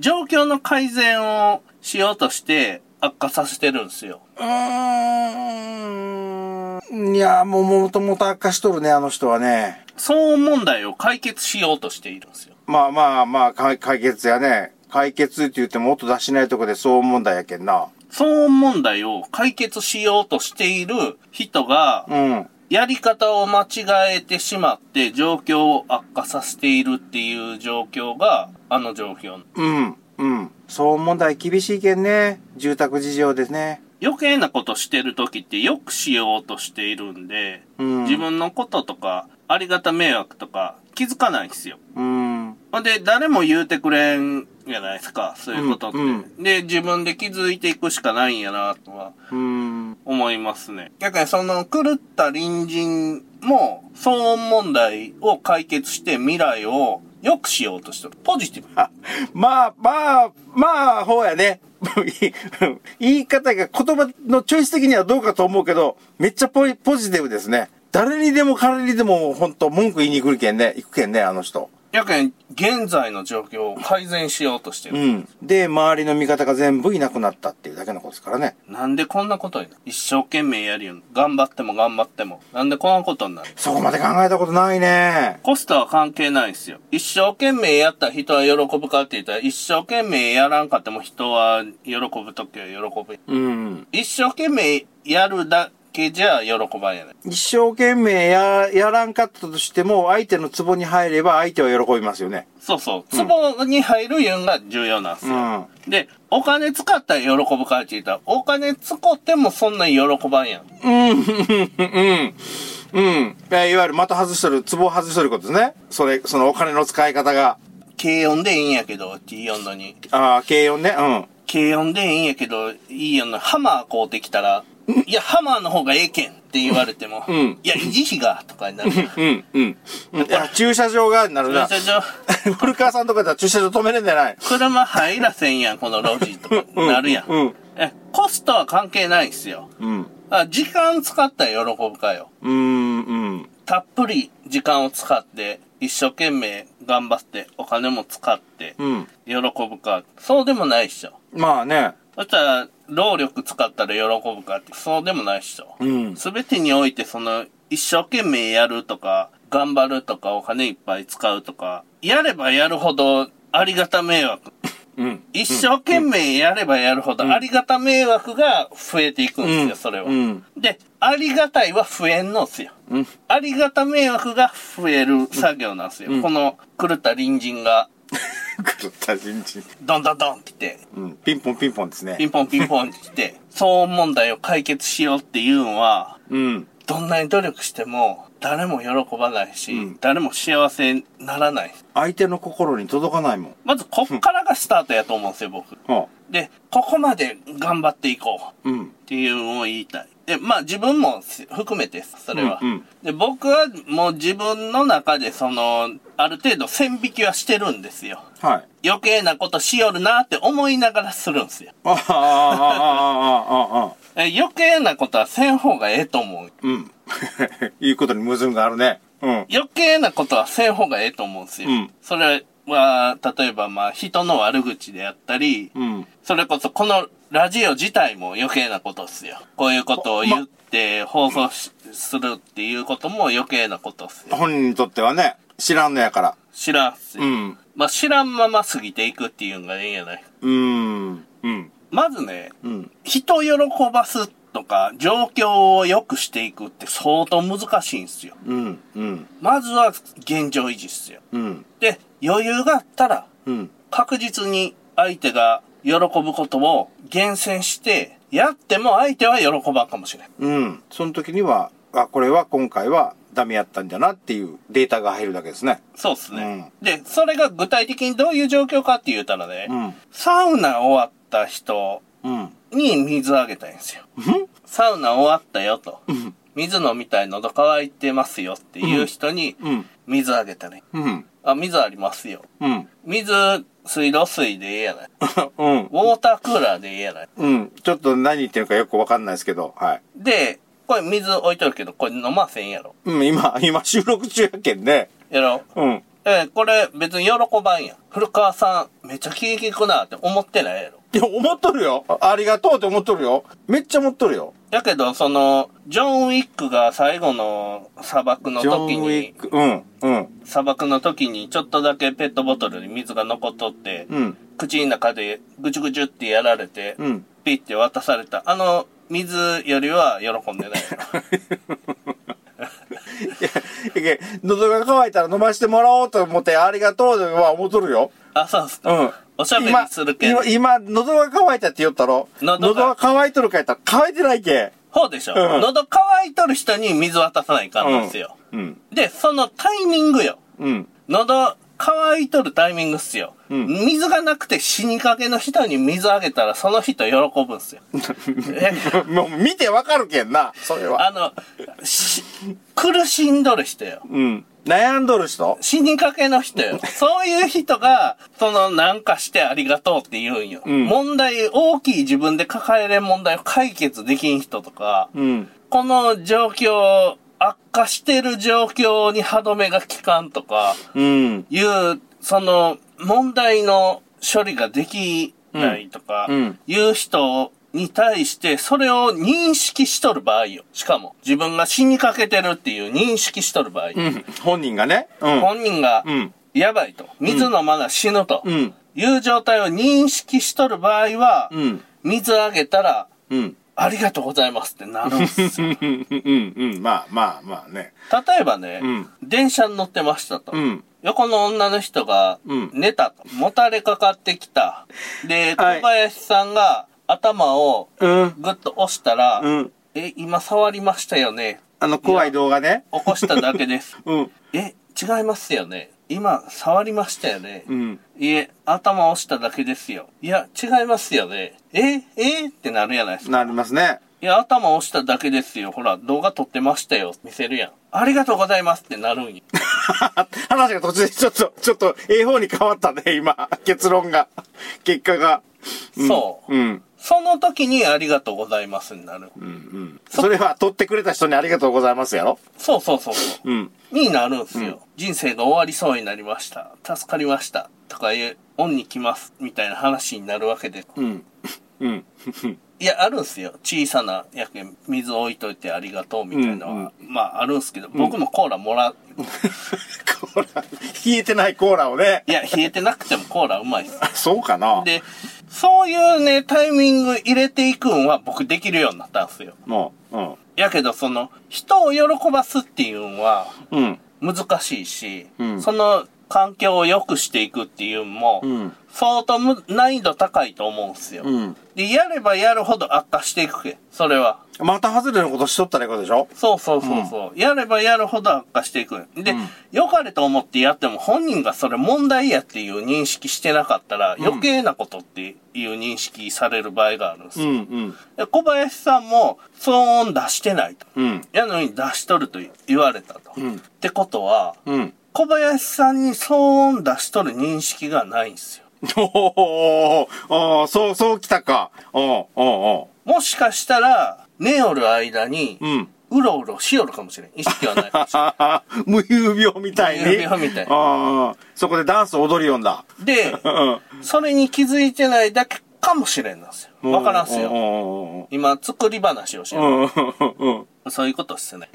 [SPEAKER 2] 状況の改善をしようとして悪化させてるんですよ。
[SPEAKER 3] うーん。いや、もう、もともと悪化しとるね、あの人はね。
[SPEAKER 2] 騒音問題を解決しようとしているんですよ。
[SPEAKER 3] まあまあまあ、か解決やね。解決って言っても音出しないとこで騒音問題やけんな。
[SPEAKER 2] 騒音問題を解決しようとしている人が、
[SPEAKER 3] うん。
[SPEAKER 2] やり方を間違えてしまって状況を悪化させているっていう状況が、あの状況。
[SPEAKER 3] うん。うん。騒音問題厳しいけんね。住宅事情ですね。
[SPEAKER 2] 余計なことしてる時ってよくしようとしているんで、
[SPEAKER 3] うん
[SPEAKER 2] 自分のこととか、ありがた迷惑とか気づかないんですよ。
[SPEAKER 3] うん。
[SPEAKER 2] ほんで、誰も言うてくれんじゃないですか、そういうことって。
[SPEAKER 3] うん
[SPEAKER 2] で、自分で気づいていくしかないんやな、とは
[SPEAKER 3] うん。
[SPEAKER 2] 思いますね。だからその狂った隣人も騒音問題を解決して未来を良くしようとしてる。ポジティブ。
[SPEAKER 3] あまあ、まあ、まあ、ほうやね。 言い方が、言葉のチョイス的にはどうかと思うけど、めっちゃポイポジティブですね。誰にでも彼にでも、本当文句言いに来るけんね。行くけんね、あの人。
[SPEAKER 2] やけん、現在の状況を改善しようとして
[SPEAKER 3] う
[SPEAKER 2] る。
[SPEAKER 3] ん。で、周りの味方が全部いなくなったっていうだけのことですからね。
[SPEAKER 2] なんでこんなことになる一生懸命やるよ。頑張っても頑張っても。なんでこんなことになる
[SPEAKER 3] そこまで考えたことないね。
[SPEAKER 2] コストは関係ないんですよ。一生懸命やった人は喜ぶかって言ったら、一生懸命やらんかっても人は喜ぶときは喜ぶ。
[SPEAKER 3] うん。
[SPEAKER 2] 一生懸命やるだけじゃ喜ばんやない。
[SPEAKER 3] 一生懸命や、やらんかったとしても、相手の壺に入れば相手は喜びますよね。
[SPEAKER 2] そうそう。ツボに入るいうんが重要なんです
[SPEAKER 3] う
[SPEAKER 2] よ。
[SPEAKER 3] ん。
[SPEAKER 2] で、お金使ったら喜ぶかって言ったら、お金使ってもそんなに喜ばんやん。
[SPEAKER 3] うん、うん、うん。えいわゆる的外しとる、壺を外しとることですね。それ、そのお金の使い方が。
[SPEAKER 2] 軽音でいいんやけどって言いよんのに。
[SPEAKER 3] ああ、軽音ね。
[SPEAKER 2] 軽音でいいんやけど、いいよんのに。ハマーこうてきたら、いや、ハマーの方がええけんって言われても、
[SPEAKER 3] ん
[SPEAKER 2] いや、維持費が、とかになる。
[SPEAKER 3] うん。うん、うん。いや、駐車場がになる
[SPEAKER 2] 駐
[SPEAKER 3] な。
[SPEAKER 2] 車場、
[SPEAKER 3] 古川さんとかだったら駐車場止めれんじゃない
[SPEAKER 2] 車入らせんやん、この路地とか、なるやん。
[SPEAKER 3] うん
[SPEAKER 2] え、コストは関係ないんすよ。
[SPEAKER 3] うん。
[SPEAKER 2] あ、時間使ったら喜ぶかよ。
[SPEAKER 3] うん、うん。
[SPEAKER 2] たっぷり時間を使って、一生懸命頑張って、お金も使って、
[SPEAKER 3] うん。
[SPEAKER 2] 喜ぶか。そうでもないっしょ。
[SPEAKER 3] まあね。
[SPEAKER 2] そしたら、労力使ったら喜ぶかって、そうでもないっしょ。
[SPEAKER 3] うん。
[SPEAKER 2] すべてにおいてその一生懸命やるとか頑張るとかお金いっぱい使うとかやればやるほどありがた迷惑
[SPEAKER 3] うん。
[SPEAKER 2] 一生懸命やればやるほど、ありがた迷惑が増えていくんです
[SPEAKER 3] うん
[SPEAKER 2] よ、それは
[SPEAKER 3] うん。
[SPEAKER 2] で、ありがたいは増えんのっすよ。ありがた迷惑が増える作業なんですよ。この狂った隣人が、
[SPEAKER 3] 狂った人事。
[SPEAKER 2] どんどんどんって来て、
[SPEAKER 3] うん。ピンポンピンポンです
[SPEAKER 2] ピ
[SPEAKER 3] ね。
[SPEAKER 2] ンポンピンポンって来て、 騒音問題を解決しようっていうのは、
[SPEAKER 3] うん。
[SPEAKER 2] どんなに努力しても、誰も喜ばないし、
[SPEAKER 3] うん
[SPEAKER 2] 誰も幸せにならない。
[SPEAKER 3] 相手の心に届かないもん。
[SPEAKER 2] まず、こっからがスタートやと思うんですよ、僕。
[SPEAKER 3] は
[SPEAKER 2] で、ここまで頑張っていこう。
[SPEAKER 3] あ、うん。
[SPEAKER 2] っていうのを言いたい。で、まあ自分も含めてです、それは。
[SPEAKER 3] うんうん
[SPEAKER 2] で、僕はもう自分の中でその、ある程度線引きはしてるんですよ。
[SPEAKER 3] はい。
[SPEAKER 2] 余計なことしよるなって思いながらするんですよ。
[SPEAKER 3] ああ、ああ、ああ、ああ、ああ。
[SPEAKER 2] え余計なことはせん方がええと思う。
[SPEAKER 3] うん。 いうことに矛盾があるね。うん。
[SPEAKER 2] 余計なことはせん方がええと思うんですよ。
[SPEAKER 3] うん
[SPEAKER 2] それは、例えばまあ人の悪口であったり、
[SPEAKER 3] うん。
[SPEAKER 2] それこそこのラジオ自体も余計なことっすよ。こういうことを言って放送しするっていうことも余計なことっすよ。
[SPEAKER 3] 本人にとってはね、知らんのやから。
[SPEAKER 2] 知らんっすよ、
[SPEAKER 3] うん。
[SPEAKER 2] まあ、知らんまま過ぎていくっていうのがいいんやない
[SPEAKER 3] うん。うん。
[SPEAKER 2] まずね、
[SPEAKER 3] うん。
[SPEAKER 2] 人喜ばすとか、状況を良くしていくって相当難しいんすよ。
[SPEAKER 3] うん。うん。
[SPEAKER 2] まずは現状維持っすよ。
[SPEAKER 3] うん。
[SPEAKER 2] で、余裕があったら、
[SPEAKER 3] うん。
[SPEAKER 2] 確実に相手が喜ぶことを厳選して、やっても相手は喜ばんかもしれん。
[SPEAKER 3] うん。その時には、あ、これは今回はダメやったんだなっていうデータが入るだけですね。
[SPEAKER 2] そうっすね、で、それが具体的にどういう状況かって言うたらね、
[SPEAKER 3] うん。
[SPEAKER 2] サウナ終わった人
[SPEAKER 3] うん。
[SPEAKER 2] に水あげたいんですよ。サウナ終わったよと。
[SPEAKER 3] うん。
[SPEAKER 2] 水飲みたい喉乾いてますよっていう人に
[SPEAKER 3] うん。
[SPEAKER 2] 水あげたね。
[SPEAKER 3] うん。
[SPEAKER 2] あ、水ありますよ。
[SPEAKER 3] うん。
[SPEAKER 2] 水、水道水でええやない。ウ
[SPEAKER 3] うん。
[SPEAKER 2] ォータークーラーでええやない。
[SPEAKER 3] うん。ちょっと何言ってるかよくわかんないですけど、はい。
[SPEAKER 2] で、これ水置いとるけど、これ飲ませんやろ。
[SPEAKER 3] うん、今、今収録中やけんね。
[SPEAKER 2] やろ
[SPEAKER 3] うん。
[SPEAKER 2] え、これ別に喜ばんやん。古川さん、めっちゃ気に利くなって思ってないやろ。
[SPEAKER 3] いや、思っとるよ。あありがとうって思っとるよ。めっちゃ思っとるよ。
[SPEAKER 2] だけど、その、ジョン・ウィックが最後の砂漠の
[SPEAKER 3] ジョン
[SPEAKER 2] 時
[SPEAKER 3] ウィ
[SPEAKER 2] に
[SPEAKER 3] ッ、ク。うん。うん。
[SPEAKER 2] 砂漠の時にちょっとだけペットボトルに水が残っとって、
[SPEAKER 3] うん。
[SPEAKER 2] 口の中でぐちゅぐちゅってやられて、
[SPEAKER 3] うん。
[SPEAKER 2] ピッて渡された。あの、水よりは喜んでない。
[SPEAKER 3] いや喉が渇いたら飲ましてもらおうと思って、ありがとうは思っとるよ。
[SPEAKER 2] あ、そうっす
[SPEAKER 3] う
[SPEAKER 2] か。
[SPEAKER 3] ん。
[SPEAKER 2] おしゃべりするけん
[SPEAKER 3] 今、。今、今喉が渇いたって言ったろ。
[SPEAKER 2] 喉が
[SPEAKER 3] 喉が渇いとるかやったら、渇いてないけ。
[SPEAKER 2] ほうでしょ。
[SPEAKER 3] うん
[SPEAKER 2] 喉乾いとる人に水渡さないかんなんですよ。
[SPEAKER 3] うん。
[SPEAKER 2] で、そのタイミングよ。
[SPEAKER 3] うん。
[SPEAKER 2] 喉乾いとるタイミングっすよ。
[SPEAKER 3] うん
[SPEAKER 2] 水がなくて死にかけの人に水あげたらその人喜ぶん すよ。え
[SPEAKER 3] もう見てわかるけんな、それは。
[SPEAKER 2] あの、し、苦しんどる人よ。
[SPEAKER 3] うん。悩んどる人
[SPEAKER 2] 死にかけの人よ。そういう人が、その、なんかしてありがとうって言うんよ。
[SPEAKER 3] ん
[SPEAKER 2] 問題、大きい自分で抱えれん問題を解決できん人とか、
[SPEAKER 3] うん。
[SPEAKER 2] この状況、悪化してる状況に歯止めが効かんとか、
[SPEAKER 3] うん。
[SPEAKER 2] いう、その、問題の処理ができないとか、
[SPEAKER 3] うんうん
[SPEAKER 2] いう人に対して、それを認識しとる場合よ。しかも、自分が死にかけてるっていう認識しとる場合。
[SPEAKER 3] うん。本人がね。うん。
[SPEAKER 2] 本人が
[SPEAKER 3] うん、
[SPEAKER 2] やばいと。水飲まな死ぬと。
[SPEAKER 3] うん
[SPEAKER 2] いう状態を認識しとる場合は、
[SPEAKER 3] うん。
[SPEAKER 2] 水あげたら、
[SPEAKER 3] うん。
[SPEAKER 2] ありがとうございますってなるんですよ。
[SPEAKER 3] うん。うん。うん。まあまあまあね。
[SPEAKER 2] 例えばね、
[SPEAKER 3] うん
[SPEAKER 2] 電車に乗ってましたと。
[SPEAKER 3] うん。
[SPEAKER 2] 横の女の人が
[SPEAKER 3] うん
[SPEAKER 2] 寝たと。もたれかかってきた。で、
[SPEAKER 3] はい
[SPEAKER 2] 小林さんが頭を
[SPEAKER 3] うん。
[SPEAKER 2] ぐっと押したら、
[SPEAKER 3] うん。
[SPEAKER 2] え、今触りましたよね。
[SPEAKER 3] あの、怖い動画ね。
[SPEAKER 2] 起こしただけです。
[SPEAKER 3] うん。
[SPEAKER 2] え、違いますよね。今、触りましたよね。
[SPEAKER 3] うん。
[SPEAKER 2] いえ、頭押しただけですよ。いや、違いますよね。ええってなるやないですか。
[SPEAKER 3] なりますね。
[SPEAKER 2] いや、頭押しただけですよ。ほら、動画撮ってましたよ。見せるやん。ありがとうございますってなるんよ。
[SPEAKER 3] 話が途中でちょっと、ちょっと、A 方に変わったね、今。結論が。結果が。
[SPEAKER 2] そう。
[SPEAKER 3] うん。
[SPEAKER 2] その時にありがとうございますになる。
[SPEAKER 3] うん。うん。それは、取ってくれた人にありがとうございますやろ
[SPEAKER 2] そうそうそうそうう。
[SPEAKER 3] ん。
[SPEAKER 2] になるんすよ。人生が終わりそうになりました。助かりました。とかいう、オンに来ます。みたいな話になるわけで。
[SPEAKER 3] うん。うん。
[SPEAKER 2] いや、あるんすよ。小さな、やけん、水置いといてありがとうみたいなのは。まあ、あるんすけど、僕もコーラもら、
[SPEAKER 3] こら、冷えてないコーラをね。
[SPEAKER 2] いや、冷えてなくてもコーラうまいっす。
[SPEAKER 3] そうかな
[SPEAKER 2] で、そういうね、タイミング入れていくんは僕できるようになったんすよ。
[SPEAKER 3] もう、うん。
[SPEAKER 2] やけど、その、人を喜ばすっていうんは
[SPEAKER 3] うん。
[SPEAKER 2] 難しいし、
[SPEAKER 3] うん
[SPEAKER 2] その環境を良くしていくっていうんも、
[SPEAKER 3] うん
[SPEAKER 2] 相当む難易度高いと思うんすよ。
[SPEAKER 3] うん。
[SPEAKER 2] で、やればやるほど悪化していくけ。それは。
[SPEAKER 3] また外れのことしとったらいいことでしょ
[SPEAKER 2] そうそうそうそう、やればやるほど悪化していく。で、
[SPEAKER 3] ん
[SPEAKER 2] 良かれと思ってやっても本人がそれ問題やっていう認識してなかったら、余計なことっていう認識される場合があるんです
[SPEAKER 3] う
[SPEAKER 2] よ、
[SPEAKER 3] ん、
[SPEAKER 2] で小林さんも騒音出してないと。
[SPEAKER 3] うん。うん。
[SPEAKER 2] やのに出しとると言われたと。
[SPEAKER 3] うん
[SPEAKER 2] ってことは、
[SPEAKER 3] うん。
[SPEAKER 2] 小林さんに騒音出しとる認識がないんですよ。
[SPEAKER 3] おーおーそう、そう来たか。おーお
[SPEAKER 2] もしかしたら、寝よる間に
[SPEAKER 3] ーおー、うん。
[SPEAKER 2] うろうろしよるかもしれん。意識はないかもしれん
[SPEAKER 3] ああ、無遊病みたいに。
[SPEAKER 2] 無遊病みたい
[SPEAKER 3] ああ、そこでダンス踊りよんだ。
[SPEAKER 2] で、それに気づいてないだけかもしれんなんですよ。わからんす
[SPEAKER 3] う
[SPEAKER 2] よ。
[SPEAKER 3] ん
[SPEAKER 2] 今、作り話をして
[SPEAKER 3] う
[SPEAKER 2] る。
[SPEAKER 3] んうんうん。
[SPEAKER 2] そういうことしてない。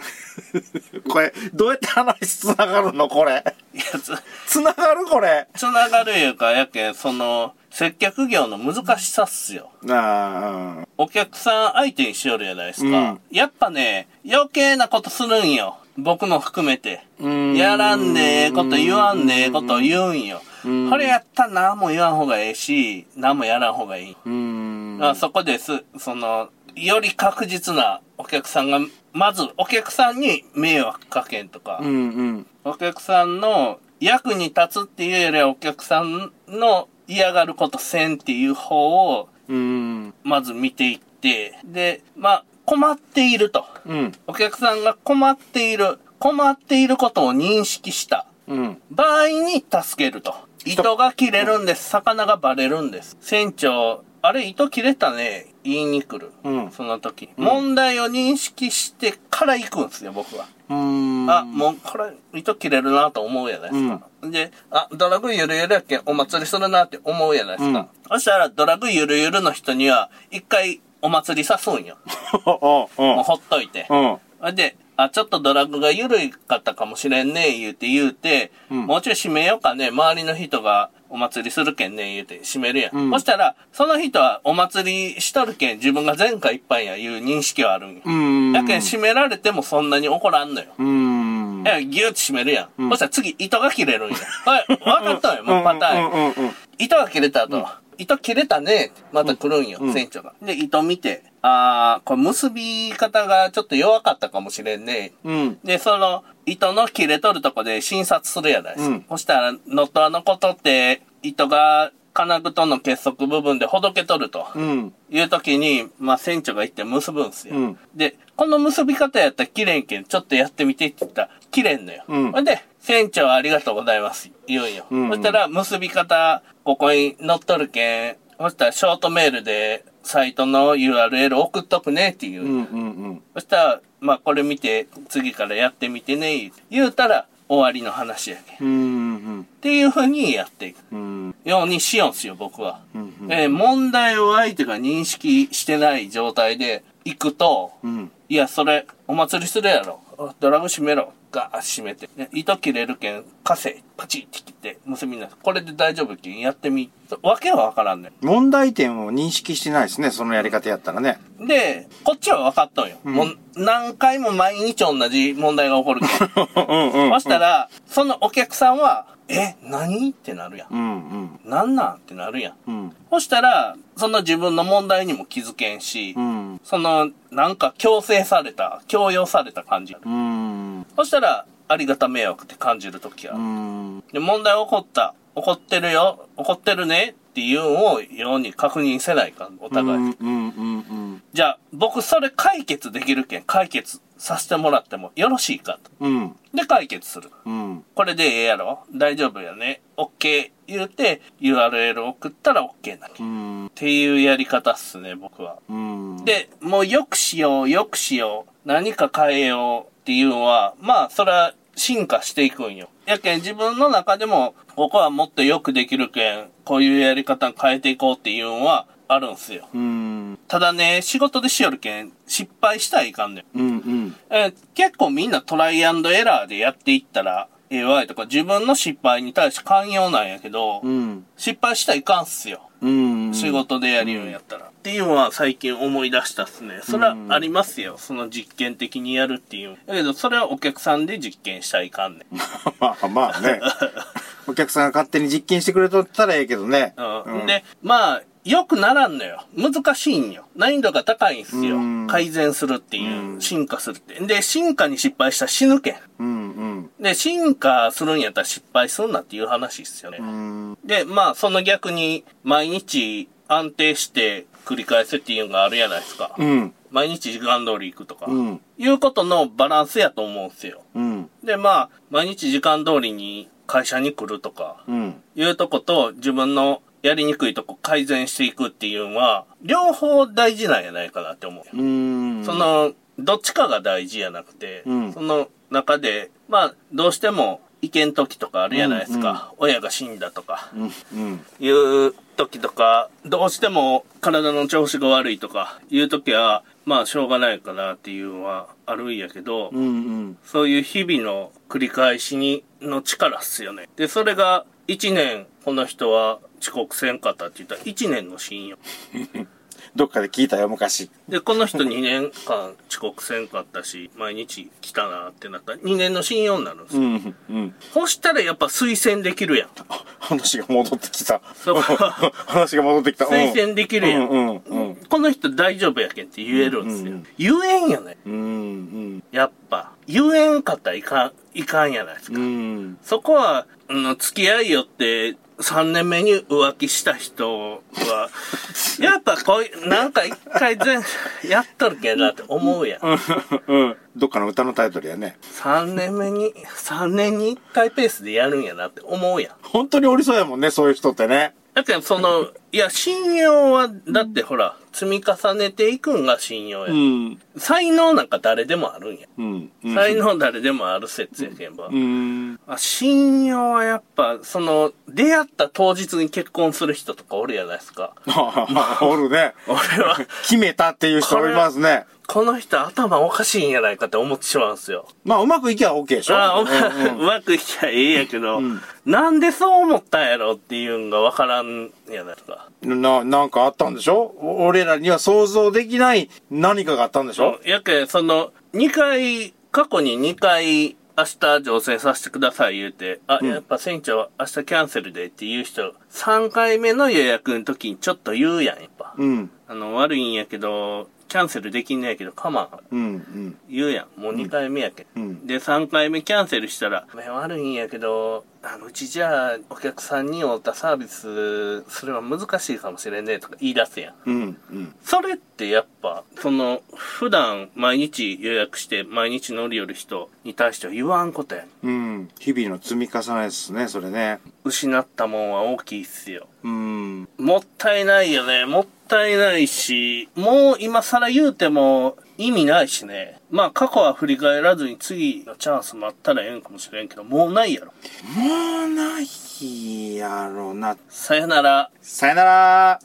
[SPEAKER 3] これ、どうやって話繋がるのこれ。
[SPEAKER 2] いや、つ、
[SPEAKER 3] 繋がるこれ。
[SPEAKER 2] つながるいうか、やけん、その、接客業の難しさっすよ。
[SPEAKER 3] ああ、
[SPEAKER 2] お客さん相手にしよるじゃないですか。
[SPEAKER 3] うん
[SPEAKER 2] やっぱね、余計なことするんよ。僕も含めて。
[SPEAKER 3] うん
[SPEAKER 2] やらんでええこと言わんでええこと言うんよ。これやったら何も言わん方がええし、何もやらん方がいい。
[SPEAKER 3] うん。
[SPEAKER 2] あそこです、その、より確実なお客さんが、まずお客さんに迷惑かけんとか、
[SPEAKER 3] うんうん。
[SPEAKER 2] お客さんの役に立つっていうよりはお客さんの嫌がることせんっていう方を、
[SPEAKER 3] うん。
[SPEAKER 2] まず見ていって、で、まあ、困っていると。
[SPEAKER 3] うん。
[SPEAKER 2] お客さんが困っている、困っていることを認識した
[SPEAKER 3] うん。
[SPEAKER 2] 場合に助けると。糸が切れるんです。魚がバレるんです。船長、あれ糸切れたね。言いに来る。
[SPEAKER 3] うん
[SPEAKER 2] その時。問題を認識してから行くんですよ、僕は。
[SPEAKER 3] うん。
[SPEAKER 2] あ、もうこれ、糸切れるなと思うやないですか。で、あ、ドラグゆるゆるやけん、お祭りするなって思うやないですか。そしたら、ドラグゆるゆるの人には、一回お祭り誘うんよ。
[SPEAKER 3] おう
[SPEAKER 2] もうほっといて。
[SPEAKER 3] ん。うん。
[SPEAKER 2] で、あ、ちょっとドラッグが緩いかったかもしれんね、言うて言うて、
[SPEAKER 3] ん
[SPEAKER 2] もうちょい締めようかね、周りの人がお祭りするけんね、言うて締めるやん。
[SPEAKER 3] ん
[SPEAKER 2] そしたら、その人はお祭りしとるけん、自分が前回いっぱいや、いう認識はあるんよ。
[SPEAKER 3] うん。
[SPEAKER 2] やけん締められてもそんなに怒らんのよ。
[SPEAKER 3] うん。
[SPEAKER 2] いや、ギュッて締めるやん。そしたら次、糸が切れる んや。はい、わかったんよ、もうパターン。
[SPEAKER 3] うんうんうん。
[SPEAKER 2] 糸が切れたと、糸切れたね。また来るんよ、船長が。で、糸見て、あー、これ結び方がちょっと弱かったかもしれんね。
[SPEAKER 3] うん。
[SPEAKER 2] で、その、糸の切れとるとこで診察するやないですか。
[SPEAKER 3] うん
[SPEAKER 2] そしたら、ノットアのことって、糸が金具との結束部分でほどけとると。
[SPEAKER 3] うん。
[SPEAKER 2] いう時に、まあ、船長が行って結ぶんすよ。
[SPEAKER 3] うん
[SPEAKER 2] で、この結び方やったら切れんけん、ちょっとやってみてって言ったら、切れんのよ。
[SPEAKER 3] うん
[SPEAKER 2] ほで、船長ありがとうございます。言うんよ。
[SPEAKER 3] うんうん
[SPEAKER 2] そしたら、結び方、ここに載っとるけん、そしたらショートメールで、サイトの URL 送っとくねっていう。
[SPEAKER 3] うんうんうん。
[SPEAKER 2] そしたら、まあ、これ見て、次からやってみてね、言う言うたら、終わりの話やけん。っ
[SPEAKER 3] うん
[SPEAKER 2] ていう風にやっていく。
[SPEAKER 3] うん。
[SPEAKER 2] ようにしようんすよ、僕は。えー問題を相手が認識してない状態で行くと、
[SPEAKER 3] うん。
[SPEAKER 2] いや、それ、お祭りするやろ。あドラム閉めろ。ガーッ閉めて。ね糸切れるけん、カセ、パチって切って、結びなさい。これで大丈夫けん、やってみ。わけはわからんね
[SPEAKER 3] 問題点を認識してないですね、そのやり方やったらね。
[SPEAKER 2] ん。で、こっちは分かっとんよ。もう、何回も毎日同じ問題が起こるけん。
[SPEAKER 3] うんう
[SPEAKER 2] そしたら、そのお客さんは、え、何ってなるやん。
[SPEAKER 3] うんうん。
[SPEAKER 2] なんなんってなるやん。
[SPEAKER 3] うん
[SPEAKER 2] そしたら、その自分の問題にも気づけんし、
[SPEAKER 3] うん。
[SPEAKER 2] その、なんか強制された、強要された感じ。
[SPEAKER 3] うん。
[SPEAKER 2] そしたら、ありがた迷惑って感じるときは。
[SPEAKER 3] うん。
[SPEAKER 2] で、問題起こった。起こってるよ。起こってるね。っていうのを、ように確認せないかん、お
[SPEAKER 3] うん
[SPEAKER 2] 互い。
[SPEAKER 3] うんうん
[SPEAKER 2] じゃあ、僕それ解決できるけん、解決させてもらってもよろしいかと。
[SPEAKER 3] うん。
[SPEAKER 2] で、解決する。
[SPEAKER 3] うん。
[SPEAKER 2] これでええやろ大丈夫やね。OK 言うて、URL 送ったら OK なの
[SPEAKER 3] うん。
[SPEAKER 2] っていうやり方っすね、僕は。
[SPEAKER 3] うん。
[SPEAKER 2] で、もうよくしよう、よくしよう、何か変えようっていうのは、まあ、それは進化していくんよ。やけん自分の中でも、ここはもっとよくできるけん、こういうやり方変えていこうっていうのはあるんすよ。
[SPEAKER 3] うん。
[SPEAKER 2] ただね、仕事でしよるけん、失敗したらいかんねん。
[SPEAKER 3] うんうん。
[SPEAKER 2] えー結構みんなトライアンドエラーでやっていったら、弱いとか、自分の失敗に対して寛容なんやけど、
[SPEAKER 3] うん。
[SPEAKER 2] 失敗したらいかんっすよ。
[SPEAKER 3] うん。
[SPEAKER 2] 仕事でやるんやったら、っていうのは最近思い出したっすねそれはありますよ、その実験的にやるっていうだけどそれはお客さんで実験したらいかんねん、
[SPEAKER 3] まあまあね。お客さんが勝手に実験してくれとったらええけどね。
[SPEAKER 2] うん、でまあよくならんのよ難しいんよ難易度が高いんすよ、
[SPEAKER 3] うん
[SPEAKER 2] 改善するっていう、進化するってで進化に失敗したら死ぬけん
[SPEAKER 3] うんうん。
[SPEAKER 2] で進化するんやったら失敗するなっていう話っすよね、
[SPEAKER 3] うん。
[SPEAKER 2] で、まあ、その逆に、毎日安定して繰り返すっていうのがあるやないですか。
[SPEAKER 3] うん。
[SPEAKER 2] 毎日時間通り行くとか、
[SPEAKER 3] うん
[SPEAKER 2] いうことのバランスやと思うんですよ。
[SPEAKER 3] うん。
[SPEAKER 2] で、まあ、毎日時間通りに会社に来るとか、
[SPEAKER 3] うん。
[SPEAKER 2] いうとこと、自分のやりにくいとこ改善していくっていうのは、両方大事なんやないかなって思うよ。
[SPEAKER 3] うん。
[SPEAKER 2] その、どっちかが大事やなくて、
[SPEAKER 3] うん
[SPEAKER 2] その中で、まあ、どうしても、意見時とかあるやないですか。親が死んだとか、
[SPEAKER 3] うん。うん。
[SPEAKER 2] いう時とか、どうしても体の調子が悪いとかいう時は、まあしょうがないかなっていうのはあるんやけど、
[SPEAKER 3] うんうん。
[SPEAKER 2] そういう日々の繰り返しにの力っすよね。で、それが1年この人は遅刻せんかったって言ったら1年の信用。
[SPEAKER 3] どっかで聞いたよ、昔。
[SPEAKER 2] で、この人2年間遅刻せんかったし、毎日来たなってなったら2年の信用になるんですよ。
[SPEAKER 3] ん。うん。
[SPEAKER 2] そしたらやっぱ推薦できるやん。
[SPEAKER 3] あ話が戻ってきた。
[SPEAKER 2] そうか
[SPEAKER 3] 話が戻ってきた。うん
[SPEAKER 2] 推薦できるやん。
[SPEAKER 3] うんうん
[SPEAKER 2] この人大丈夫やけんって言えるんですよ。
[SPEAKER 3] うんうん
[SPEAKER 2] 言えんよね。
[SPEAKER 3] うん。うん
[SPEAKER 2] やっぱ。言えんかったらいかん、いかんやないです
[SPEAKER 3] うん。
[SPEAKER 2] か。
[SPEAKER 3] うん。
[SPEAKER 2] そこは、うん、付き合いよって、3年目に浮気した人は、やっぱこういう、なんか一回全、やっとるけんなって思うやん。
[SPEAKER 3] うん。どっかの歌のタイトルやね。
[SPEAKER 2] 3年目に、3年に1回ペースでやるんやなって思うやん。
[SPEAKER 3] 本当におりそうやもんね、そういう人ってね。
[SPEAKER 2] だけどその、いや、信用は、だってほら、積み重ねていくんが信用や。
[SPEAKER 3] ん。
[SPEAKER 2] 才能なんか誰でもあるんや。
[SPEAKER 3] うん。
[SPEAKER 2] 才能誰でもある説やけんば。
[SPEAKER 3] うん。
[SPEAKER 2] あ信用はやっぱ、その、出会った当日に結婚する人とかおるやないですか。
[SPEAKER 3] おるね。
[SPEAKER 2] 俺は、
[SPEAKER 3] 決めたっていう人おりますね。
[SPEAKER 2] この人頭おかしいんやないかって思ってしまうんすよ。
[SPEAKER 3] まあ、うまくいきゃ OK でしょ。
[SPEAKER 2] ああ、う
[SPEAKER 3] うん
[SPEAKER 2] まうまくいきゃええやけど、なんでそう思ったんやろっていうんがわからんやないですか。
[SPEAKER 3] うんな、なんかあったんでしょお俺らには想像できない何かがあったんでしょ
[SPEAKER 2] やけん、その、2回、過去に2回、明日乗船させてください言うて、あ、やっぱ船長明日キャンセルでっていう人、3回目の予約の時にちょっと言うやん、やっぱ。
[SPEAKER 3] うん。
[SPEAKER 2] あの、悪いんやけど、キャンセルできんねやけど、かまん。
[SPEAKER 3] うん。
[SPEAKER 2] 言うやん。もう2回目やけ、
[SPEAKER 3] うん
[SPEAKER 2] ん
[SPEAKER 3] うん
[SPEAKER 2] で、3回目キャンセルしたら、目悪いんやけど、あの、うちじゃあ、お客さんにおったサービス、それは難しいかもしれんねえとか言い出すやん。
[SPEAKER 3] うん。うん。うん。
[SPEAKER 2] それってやっぱ、その、普段毎日予約して、毎日乗り寄る人に対しては言わんことやん。
[SPEAKER 3] うん。日々の積み重ねですね、それね。
[SPEAKER 2] 失ったもんは大きいっすよ。
[SPEAKER 3] うん。
[SPEAKER 2] もったいないよね。もったいないし、もう今更言うても意味ないしね。まあ過去は振り返らずに次のチャンス待ったらええんかもしれんけど、もうないやろ。
[SPEAKER 3] もうないやろな。
[SPEAKER 2] さよなら。
[SPEAKER 3] さよなら